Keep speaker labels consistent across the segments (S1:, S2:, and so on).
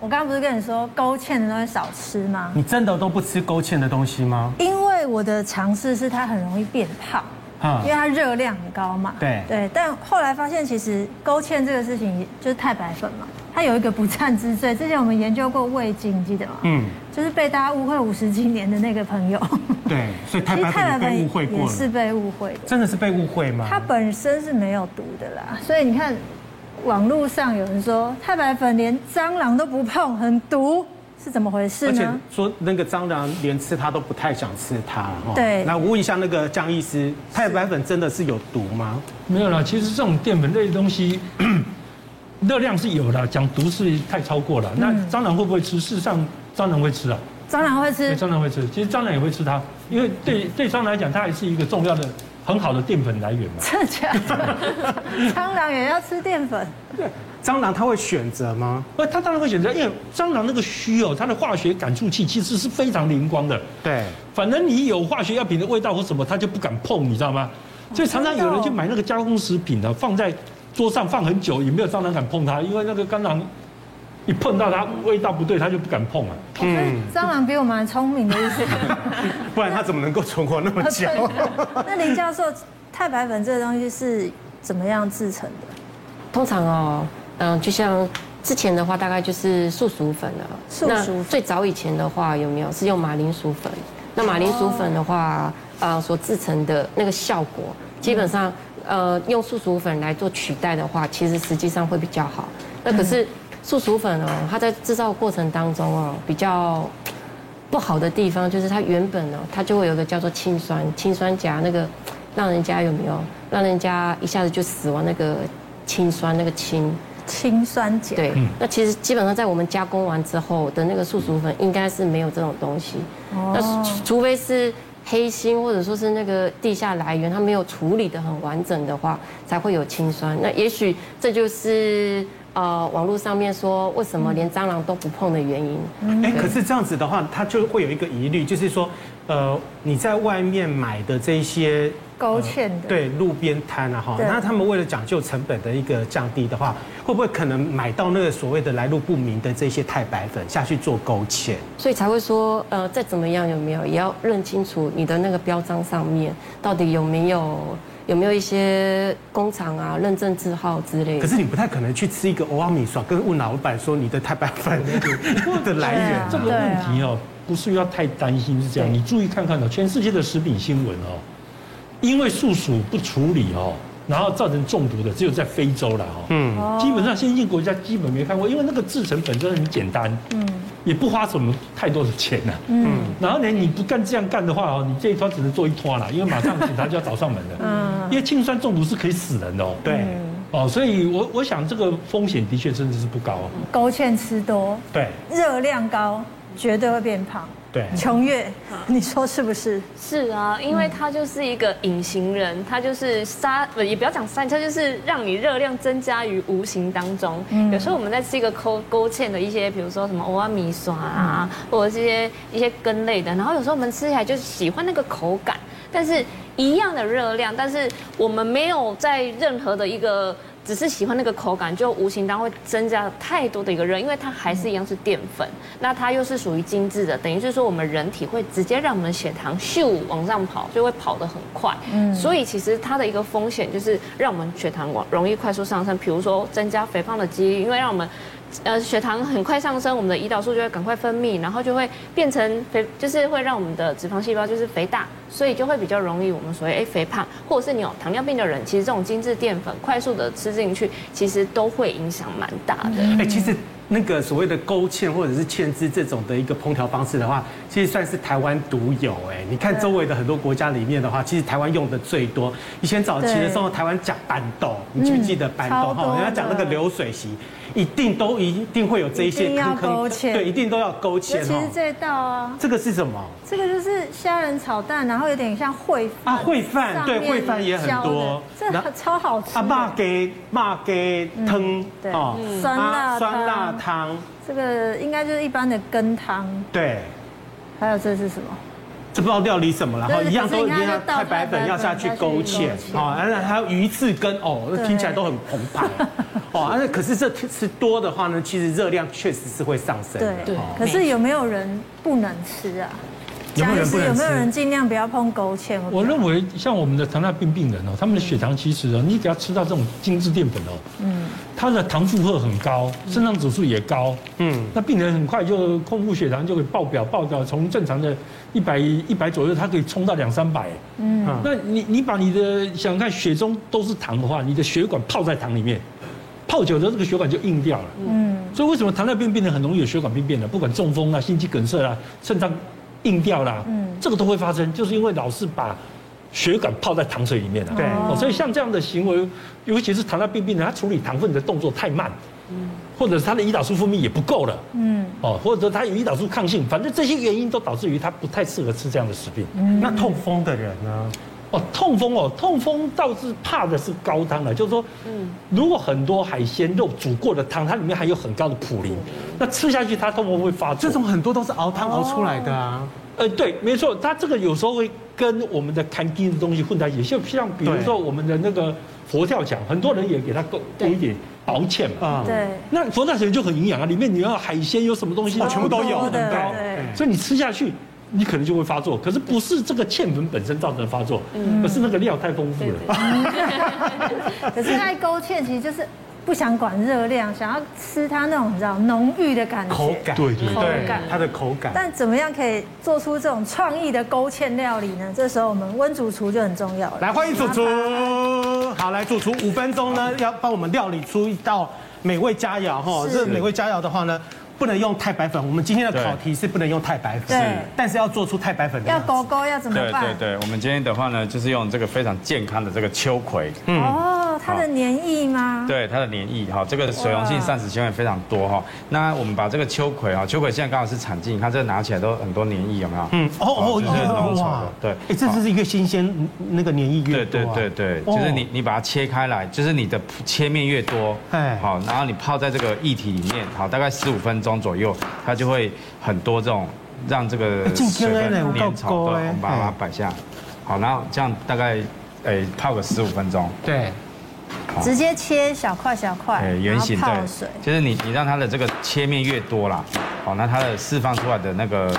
S1: 我刚刚不是跟你说勾芡的东西少吃吗？
S2: 你真的都不吃勾芡的东西吗？
S1: 因为我的尝试是它很容易变胖，
S2: 啊
S1: 因为它热量很高嘛。
S2: 对
S1: 对，但后来发现其实勾芡这个事情就是太白粉嘛，它有一个不战之罪。之前我们研究过味精，你记得吗？
S2: 嗯，
S1: 就是被大家误会五十几年的那个朋友，
S2: 对，所 以太白粉也被误会过
S1: 也
S2: 了
S1: 是，被误会的。
S2: 真的是被误会吗？
S1: 它本身是没有毒的啦，所以你看，网络上有人说太白粉连蟑螂都不碰，很毒，是怎么回事
S2: 而且
S1: 呢？
S2: 说那个蟑螂连吃它都不太想吃它哈。
S1: 对
S2: 那我问一下那个江医师，太白粉真的是有毒吗？
S3: 没有啦，其实这种淀粉类的东西， 热量是有的，讲毒是太超过了。那蟑螂会不会吃？事实上，蟑螂会吃啊，
S1: 蟑螂会吃，
S3: 对蟑螂会吃。其实蟑螂也会吃它，因为对对蟑螂来讲，它也是一个重要的、很好的淀粉来源嘛。
S1: 真的假的？蟑螂也要吃淀粉，
S2: 蟑螂它会选择吗？
S3: 那它当然会选择，因为蟑螂那个须哦，它的化学感触器其实是非常灵光的。
S2: 对，
S3: 反正你有化学药品的味道或什么，他就不敢碰，你知道吗？所以常常有人去买那个加工食品呢，放在桌上放很久，也没有蟑螂敢碰它，因为那个蟑螂一碰到它味道不对，它就不敢碰啊。
S1: 嗯，蟑螂比我们还聪明的意 思。
S2: 不然它怎么能够存活那么久？
S1: 那林教授，太白粉这个东西是怎么样制成的？
S4: 通常哦，嗯，就像之前的话，大概就是素薯粉啊。
S1: 素薯粉
S4: 那最早以前的话，有没有是用马铃薯粉？那马铃薯粉的话，呃，所制成的那个效果，基本上，呃，用素薯粉来做取代的话，其实实际上会比较好。那可
S1: 嗯
S4: 是素薯粉哦，它在制造过程当中哦，比较不好的地方就是它原本呢、它就会有一个叫做氰酸，氰酸钾那个，让人家有没有让人家一下子就死亡那个氰酸那个氰。
S1: 氰酸钾。
S4: 对，那其实基本上在我们加工完之后的那个素薯粉应该是没有这种东西，那除除非是黑心或者说是那个地下来源它没有处理的很完整的话，才会有氰酸。那也许这就是呃网络上面说为什么连蟑螂都不碰的原因。
S1: 嗯
S2: 哎、可是这样子的话，它就会有一个疑虑，就是说，呃，你在外面买的这一些呃
S1: 勾芡的
S2: 对路边摊啊哈，
S1: 对
S2: 那他们为了讲究成本的一个降低的话，会不会可能买到那个所谓的来路不明的这些太白粉下去做勾芡？
S4: 所以才会说，呃，再怎么样有没有，也要认清楚你的那个标章上面到底有没有有没有一些工厂啊认证字号之类
S2: 可
S4: 的。
S2: 是你不太可能去吃一个欧阿米爽，跟问老板说你的太白粉 的来源啊、
S3: 这个问题哦，不是要太担心，是这样，
S4: 对
S3: 你注意看看哦，全世界的食品新闻哦，因为素薯不处理哦，然后造成中毒的只有在非洲了哦。
S2: 嗯，
S3: 基本上先进国家基本没看过，因为那个制成本身很简单，嗯，也不花什么太多的钱呐、嗯，然后呢，你不干这样干的话哦，你这一拖只能做一拖啦，因为马上警察就要找上门了， 嗯，因为氰酸中毒是可以死人的哦，
S2: 对
S1: 嗯
S3: 哦，所以我我想这个风险的确真的是不高哦，
S1: 勾芡吃多，
S2: 对
S1: 热量高，绝对会变胖。
S2: 对，
S1: 琼月，你说是不是？
S5: 是啊，因为他就是一个隐形人，他就是杀，呃也不要讲杀你，他就是让你热量增加于无形当中。有时候我们在吃一个勾勾芡的一些，比如说什么欧阿米耍啊，或者这些一些根类的，然后有时候我们吃起来就喜欢那个口感，但是一样的热量，但是我们没有在任何的一个。只是喜欢那个口感，就无形当中会增加太多的一个热，因为它还是一样是淀粉，那它又是属于精致的，等于是说我们人体会直接让我们血糖咻往上跑，就会跑得很快。嗯，所以其实它的一个风险就是让我们血糖往容易快速上升，比如说增加肥胖的几率，因为让我们。呃，血糖很快上升，我们的胰岛素就会赶快分泌，然后就会变成肥，就是会让我们的脂肪细胞就是肥大，所以就会比较容易我们所谓哎肥胖，或者是你有糖尿病的人，其实这种精致淀粉快速的吃进去，其实都会影响蛮大的。
S1: 嗯
S2: 哎、其实那个所谓的勾芡或者是芡汁这种的一个烹调方式的话，其实算是台湾独有。哎，你看周围的很多国家里面的话，其实台湾用的最多。以前早期的时候，台湾讲板豆，你记不记得板豆
S1: 嗯超多
S2: 哈？人家讲那个
S1: 的
S2: 流水席，一定都一定会有这一些
S1: 一定要
S2: 坑坑，
S1: 勾芡
S2: 对，一定都要勾
S1: 尤
S2: 芡
S1: 其是
S2: 哦。
S1: 这道啊，
S2: 这个是什么？
S1: 这个就是虾仁炒蛋，然后有点像烩饭
S2: 啊烩饭
S1: 上
S2: 对
S1: 面
S2: 烩饭也很多
S1: 浇的
S2: 然
S1: 这超好吃的。
S2: 啊，麻给麻给汤
S1: 对
S2: 哦
S1: 嗯酸辣
S2: 啊酸辣
S1: 汤
S2: 汤，
S1: 这个应该就是一般的羹汤，
S2: 对。
S1: 还有这是什么？
S2: 这不知道料理什么了哈，
S1: 对
S2: 一样
S1: 可是
S2: 都
S1: 你
S2: 一
S1: 看
S2: 定要
S1: 它倒
S2: 太白
S1: 太
S2: 粉
S1: 白粉
S2: 要下去勾
S1: 下
S2: 芡
S1: 去勾芡
S2: 哦，然后还有鱼翅跟藕，那
S1: 对
S2: 听起来都很澎 湃哦。而且可是这吃多的话呢，其实热量确实是会上升的。
S1: 对
S2: 哦，
S1: 可是有没有人不能吃啊？
S2: 有没有人
S1: 假如是
S2: 不能吃
S1: 有没有人尽量不要碰勾芡？会不
S3: 我
S1: 会
S3: 认为像我们的糖尿病病人哦，他们的血糖其实哦，你只要吃到这种精致淀粉哦，嗯，它的糖负荷很高，肾脏指数也高，
S2: 嗯
S3: 嗯，那病人很快就空腹血糖就可以爆表，爆表从正常的一百一百左右，它可以冲到两三百，嗯
S2: 嗯，
S3: 那你你把你的想想看血中都是糖的话，你的血管泡在糖里面，泡久了这个血管就硬掉了，
S1: 嗯，
S3: 所以为什么糖尿病病人很容易有血管病变呢？不管中风啊、心肌梗塞啊、肾脏硬掉啦、
S1: 嗯
S3: 这个都会发生，就是因为老是把血管泡在糖水里面了、啊。
S2: 对
S3: 哦，所以像这样的行为，尤其是糖尿病病人，他处理糖分的动作太慢，或者是他的胰岛素分泌也不够了，
S1: 嗯，
S3: 哦，或者他有胰岛素抗性，反正这些原因都导致于他不太适合吃这样的食品。
S2: 那痛风的人呢？
S3: 哦，痛风哦，痛风倒是怕的是高汤了，就是说，嗯，如果很多海鲜肉煮过的汤，它里面含有很高的普林，那吃下去它痛风会发作。
S2: 这种很多都是熬汤熬出来的啊。
S3: 呃，对，没错，它这个有时候会跟我们的看经的东西混在一起，就像比如
S2: 对
S3: 说我们的那个佛跳墙，很多人也给它勾勾一点薄芡嘛。
S2: 啊，
S1: 对，
S3: 那佛跳墙就很营养啊，里面你要海鲜有什么东西，
S2: 哦全部都有
S1: 超多的
S2: 很高
S1: 对
S2: 嗯
S3: 所以你吃下去，你可能就会发作。可是不是这个芡粉本身造成的发作，而是那个料太丰富了。
S1: 可是那勾芡其实就是不想管热量，想要吃它那种你知道浓郁的感觉。
S2: 口感，
S3: 对对
S2: 对
S3: 对
S5: 口感，
S2: 它的口感。
S1: 但怎么样可以做出这种创意的勾芡料理呢？这时候我们温主厨就很重要了。
S2: 来，欢迎主厨
S1: 麻烦。
S2: 好，来主厨五分钟呢，要帮我们料理出一道美味佳肴哈。
S1: 是
S2: 这美味佳肴的话呢，不能用太白粉。我们今天的考题是不能用太白粉，
S1: 对
S2: 但是要做出太白粉的
S1: 要
S2: 样子。
S1: 勾勾要怎么
S6: 对
S1: 办？
S6: 对对，我们今天的话呢，就是用这个非常健康的这个秋葵，
S2: 嗯
S1: 哦，它的黏液吗？
S6: 对它的黏液哈，这个水溶性膳食纤维非常多哈。那我们把这个秋葵啊，秋葵现在刚好是产季，你看这个拿起来都很多黏液，有没有？
S2: 嗯，哦
S6: 哦
S2: 哦
S6: 就是很浓稠
S2: 哇
S6: 的，对啊
S2: 哎，这就是一个新鲜嗯那个黏液越
S6: 对
S2: 多
S6: 对
S2: 啊，
S6: 对对，就是你你把它切开来，就是你的切面越多
S2: 哎，
S6: 好，然后你泡在这个液体里面，好，大概十五分钟左右，它就会很多这种让这个
S2: 哎进
S6: 水
S2: 天嘞有
S6: 分
S2: 够
S6: 粘稠
S2: 高
S6: 的，
S2: 哎
S6: 我们把它摆下，好，然后这样大概诶泡个十五分钟。
S2: 对，
S1: 直接切小块小块，
S6: 哎，圆形
S1: 然后泡水
S6: 对。，就是你你让它的这个切面越多啦，好，那它的释放出来的那个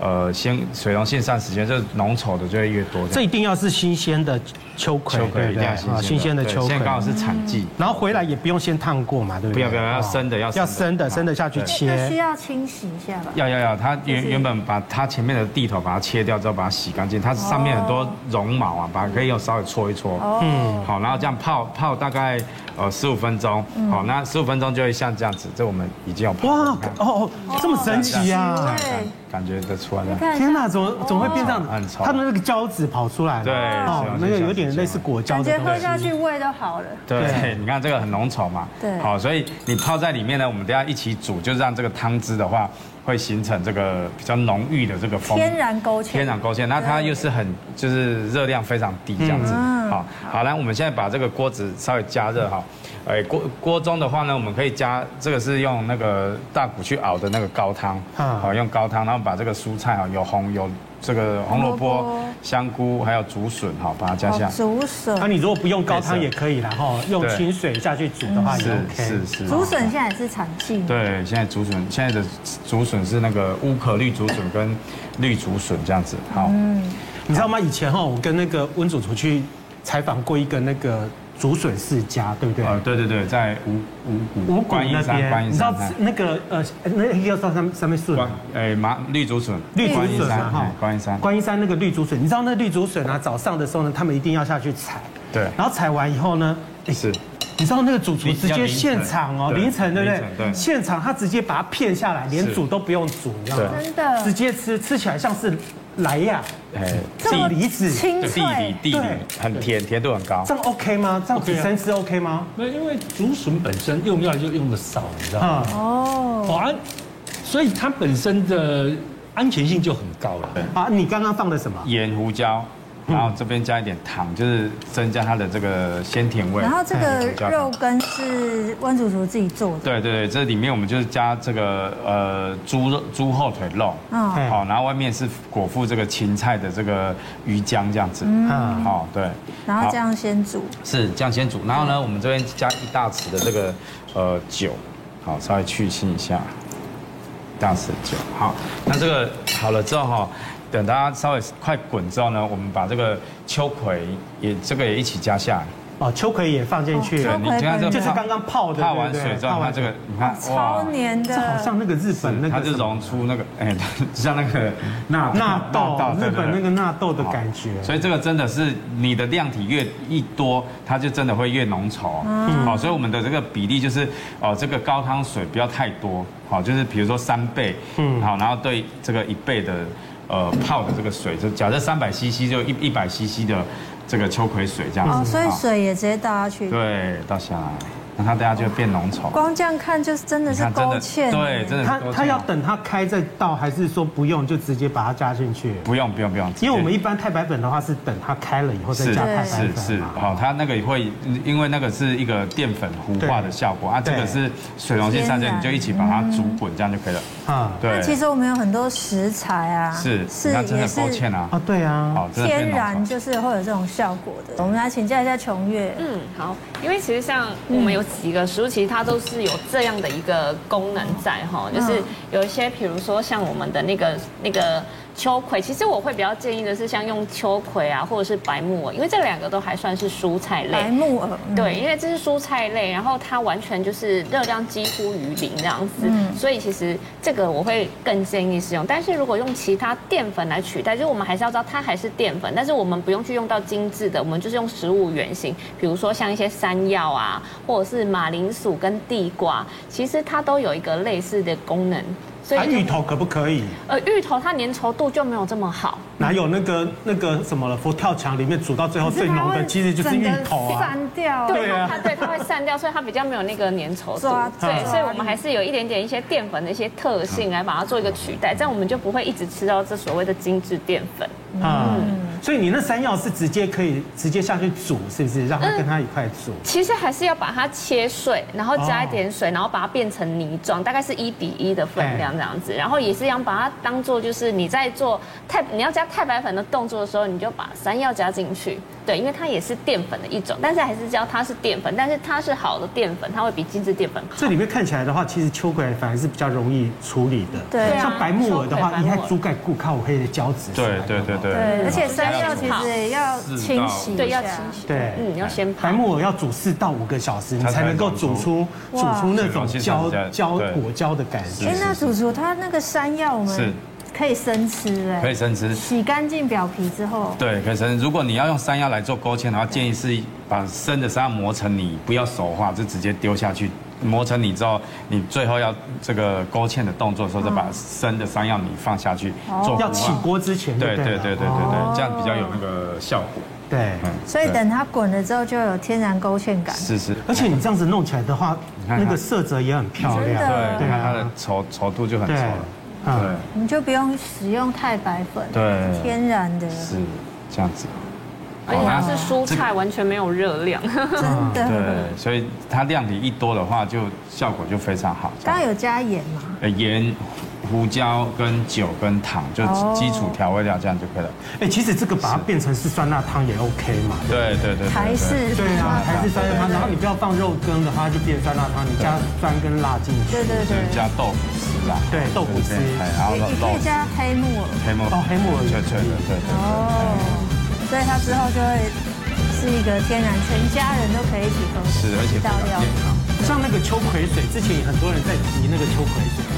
S6: 呃纤水溶性膳食纤维就是浓稠的就会越多。
S2: 这一定要是新鲜的秋葵，
S6: 秋
S2: 对
S6: 葵
S2: 不
S6: 一定
S2: 对
S6: 要
S2: 啊
S6: 新
S2: 新鲜
S6: 鲜
S2: 的
S6: 对
S2: 秋葵嗯
S6: 现在刚好是产季，
S2: 然后回来也不用先烫过嘛，对不对？
S6: 不要不要要
S2: 哦
S6: 生的要生的
S2: 要生的，
S6: 啊
S2: 生的下去
S6: 对
S1: 哎那需
S2: 切。
S1: 要清洗一下吧？
S6: 要要要，它原
S1: 嗯就是
S6: 原本把它前面的地头把它切掉之后，把它洗干净，它上面很多绒毛啊，把它可以用稍微搓一搓。
S2: 嗯
S1: 哦，
S6: 好，然后这样泡泡大概呃十五分钟，
S1: 嗯
S6: 好，那十五分钟就会像这样子，这我们已经有泡
S2: 哇
S6: 了你看，
S2: 哦哦，这么神奇啊！
S1: 对
S6: 感觉得出来
S1: 你
S6: 了。
S1: 看一下
S2: 天哪，怎
S1: 哦
S2: 么怎么会变这样子
S6: 很？稠
S2: 它的那个胶质跑出来了，
S6: 对
S2: 哦，那
S6: 是
S2: 个
S6: 啊
S2: 有点类似果胶
S1: 感
S2: 的
S1: 觉喝
S2: 东
S1: 下
S2: 西。
S1: 去胃都好了。
S2: 对
S6: 对， 你看这个很浓稠嘛，
S1: 对
S6: 好，所以你泡在里面呢，我们等一下一起煮，就让这个汤汁的话，会形成这个比较浓郁的这个风
S1: 天然勾芡
S6: 天然勾芡。那它又是很就是热量非常低这样子，
S1: 嗯
S6: 好，好，那我们现在把这个锅子稍微加热哈，哎，锅锅中的话呢，我们可以加这个是用那个大骨去熬的那个高汤，
S2: 嗯
S6: 好，用高汤，然后把这个蔬菜哈，有红有这个红
S1: 红萝
S6: 萝卜
S1: 卜、
S6: 香菇还有竹笋哈，把它加下
S1: 哦，，竹笋
S2: 那，你如果不用高汤也可以啦，哈，用
S6: 对
S2: 清水下去煮的话也
S6: 是
S2: OK。
S6: 是是，
S1: 竹笋现在也是产季嘛。
S6: 对，现在竹笋，现在的竹笋是那个乌壳绿竹笋跟绿竹笋这样子。好，
S2: 嗯你知道吗？以前哈，我跟那个温主厨去采访过一个那个竹笋世家，对不对？
S6: 呃，对对对，在五五谷
S2: 五谷
S6: 观音
S2: 那
S6: 山，观
S2: 边，
S6: 音
S2: 你知道
S6: 山，哎
S2: 那个呃，那个叫上上上面顺吗
S6: 观，哎麻绿竹笋，
S2: 绿竹
S6: 观音
S2: 笋
S6: 山
S2: 啊，哈
S6: 哎，观音山，
S2: 观音山那个绿竹笋，你知道那绿竹笋啊，早上的时候呢，他们一定要下去采，
S6: 对
S2: 然后采完以后呢，哎
S6: 是
S2: 你知道那个主厨
S6: 你
S2: 直
S6: 要
S2: 接
S6: 凌晨
S2: 现场哦，
S6: 对
S2: 凌晨对不
S6: 凌晨对
S2: 对？现场他直接把它片下来，连
S6: 是
S2: 煮都不用煮，你知道吗？
S1: 对真的
S2: 直接吃，吃起来像是莱呀，
S6: 哎
S1: 这么
S2: 地梨子
S1: 清
S6: 地理
S1: 脆，
S6: 地理
S2: 对
S6: 很甜，甜度很高
S2: 这。样 OK 吗？这样
S6: 哦
S2: 子
S3: OK 啊
S2: 生吃 OK 吗？
S3: 那因为竹笋本身用药就用的少，你知道吗？
S2: 啊，
S1: 哦，
S3: 哦，安，所以它本身的安全性就很高了。
S2: 啊，你刚刚放的什么？
S6: 盐、胡椒、然后这边加一点糖，就是增加它的这个鲜甜味。
S1: 然后这
S6: 嗯
S1: 个
S6: 加糖
S1: 肉羹是温主厨自己做的，
S6: 对对对，这里面我们就是加这个呃猪肉猪后腿肉，
S1: 嗯
S6: 嗯，好，然后外面是裹附这个芹菜的这个鱼浆这样子，嗯，好，对，
S1: 然后
S6: 好
S1: 这样先煮，
S6: 是这样先煮，然后呢，我们这边加一大匙的这个呃酒，好，稍微去腥一下，一大匙酒，好，那这个好了之后哈、等它稍微快滚之后呢，我们把这个秋葵也这个也一起加下来。
S2: 哦，秋葵也放进去，
S1: 哦秋葵
S6: 你看这
S1: 本
S2: 就是
S1: 人
S2: 刚刚泡的，
S6: 泡完
S2: 对不对
S6: 水之后，它这个你看
S1: 哦超黏的，
S2: 这好像那个日本那个
S6: 它
S2: 什
S6: 就
S2: 么
S6: 溶出那个，哎， 像那个 纳
S2: 纳豆
S6: 纳，对
S2: 日
S6: 对
S2: 本
S6: 对
S2: 那个纳豆的感觉。
S6: 所以这个真的是你的量体越一多，它就真的会越浓稠。
S1: 嗯
S6: 好，所以我们的这个比例就是哦，这个高汤水不要太多，好，就是比如说三倍，嗯，好，然后对这个一倍的呃泡的这个水，就假设三百 CC 就一一百 CC 的这个秋葵水这样子。
S1: 哦，所以
S6: 好
S1: 水也直接倒下去，
S6: 对倒下来，那它等下就会变浓稠。
S1: 光这样看就是真的
S6: 你
S1: 是
S6: 看真
S1: 勾
S6: 的
S1: 芡，欸
S6: 对，真的
S2: 它
S6: 勾芡
S2: 它要等它开再倒，还是说不用就直接把它加进去？
S6: 不用不用不用，
S2: 因为我们
S6: 直接
S2: 一般太白粉的话是等它开了以后再
S6: 是
S2: 加太白粉
S6: 是
S2: 嘛
S6: 是，好，它那个会因为那个是一个淀粉糊化的效果啊，这个是水溶性
S1: 天
S6: 散热，
S1: 然嗯
S6: 你就一起把它煮滚，这样就可以了。
S2: 啊
S1: 那
S6: 对，
S1: 其实我们有很多食材啊，
S6: 是
S1: 是
S6: 那真
S1: 也
S6: 的
S1: 是
S6: 勾芡啊，
S2: 啊对啊，
S6: 好，真的
S1: 天
S6: 变浓
S1: 然
S6: 稠。
S1: 就是会有这种效果的。我们来请教一下琼月，
S5: 嗯，好，因为其实像我们有几个食物，其实它都是有这样的一个功能在哈，就是有一些，比如说像我们的那个那个秋葵，其实我会比较建议的是像用秋葵啊，或者是白木耳，因为这两个都还算是蔬菜类
S1: 白。木耳，嗯，
S5: 对，因为这是蔬菜类，然后它完全就是热量几乎于零这样子，所以其实这个我会更建议使用。但是如果用其他淀粉来取代，就是我们还是要知道它还是淀粉，但是我们不用去用到精致的，我们就是用食物原型，比如说像一些山药啊，或者是马铃薯跟地瓜，其实它都有一个类似的功能。所以
S2: 它
S5: 就
S2: 啊芋，头可不可以？
S5: 呃，芋头它粘稠度就没有这么好，
S2: 哪有那个那个什么了？佛跳墙里面煮到最后最浓的，其实就是芋头啊。
S1: 散掉，
S5: 哦对它它对它会散掉，所以它比较没有那个粘稠度
S1: 抓。
S5: 对，
S1: 抓
S5: 所以我们还是有一点点一些淀粉的一些特性来把它做一个取代，这样我们就不会一直吃到这所谓的精致淀粉。
S2: 啊，
S5: 嗯
S2: 所以你那山药是直接可以直接下去煮，是不是？让它
S5: 嗯
S2: 跟它一块煮。
S5: 其实还是要把它切碎，然后加一点水，然后把它变成泥状，大概是一比一的分量这样
S2: 哎
S5: 子。然后也是一样，把它当做就是你在做太你要加太白粉的动作的时候，你就把山药加进去。对，因为它也是淀粉的一种，但是还是叫它是淀粉，但是它是好的淀粉，它会比精致淀粉好。
S2: 这里面看起来的话，其实秋葵反而是比较容易处理的。
S1: 对啊
S2: 像白木耳的话，
S5: 秋葵白木
S2: 你
S5: 耳
S2: 看猪钙固靠我黑的胶质。
S6: 对对对对
S1: 对，而且山药其实也要清洗一下，
S5: 对，要清洗。
S2: 对
S5: 嗯，你要先泡
S2: 白。木耳要煮四到五个小时，你
S6: 它才
S2: 才能够
S6: 能
S2: 煮
S6: 煮
S2: 出煮
S1: 哇
S2: 出那种
S6: 水溶性
S2: 胶
S6: 才是
S2: 胶
S6: 对
S2: 果胶的感觉
S1: 哎。，那主厨他那个山药我
S6: 是
S1: 们可以生吃哎，
S6: 可以生吃
S1: 洗干净表皮之后，
S6: 对，可是如果你要用山药来做勾芡的话，建议是把生的山药磨成泥，不要熟化，就直接丢下去。磨成泥之后，你最后要这个勾芡的动作的时候，再
S1: 嗯
S6: 把生的山药泥放下去
S1: 哦
S6: 做糊
S2: 要
S6: 化
S2: 起锅之前就
S6: 对对
S2: 了
S6: 对对对对，这样比较有那个效果。
S2: 对。
S6: 嗯
S1: 所以
S6: 对
S1: 等它滚了之后就有天然勾芡感。
S6: 是是，
S2: 而且你这样子弄起来的话，
S6: 看它
S2: 那个色泽也很漂
S1: 真
S2: 亮。
S1: 的
S6: 对，
S2: 对
S6: 你看它的
S2: 啊，
S6: 稠稠度就很稠了。
S2: 对嗯
S6: 对，
S1: 你就不用使用太白粉，
S6: 对
S1: 天然的，
S6: 是这样子。
S5: 而且它
S6: 好
S5: 是蔬菜，完全没有热量。
S1: 真
S2: 嗯
S6: 那
S1: 的。
S6: 对，所以它量体一多的话，就效果就非常好。这
S1: 刚
S6: 样
S1: 刚有加盐嘛？
S6: 呃盐、胡椒跟酒跟糖，就
S1: 哦
S6: 基础调味料这样就可以了。
S2: 哎，其实这个把它变成是酸辣汤也 OK 嘛。
S6: 对对对对，
S1: 台式
S2: 对啊，还是酸辣汤，然后你不要放肉羹的话，它就变酸辣汤，你加酸跟辣进去。
S1: 对对
S6: 对就是
S1: 对，
S6: 加豆腐丝啦。
S2: 对豆腐丝
S6: 对然后
S1: 也也可
S6: 肉
S1: 以加黑木耳
S6: 黑木
S2: 哦黑木耳也
S6: 脆脆的，对对对。
S1: 哦，所以它之后就会是一个天然，全家人都可以一起勾
S6: 是，而且
S1: 一
S6: 非
S1: 道
S6: 常
S1: 料
S6: 健。康。
S2: 像那个秋葵水，之前也很多人在提那个秋葵水，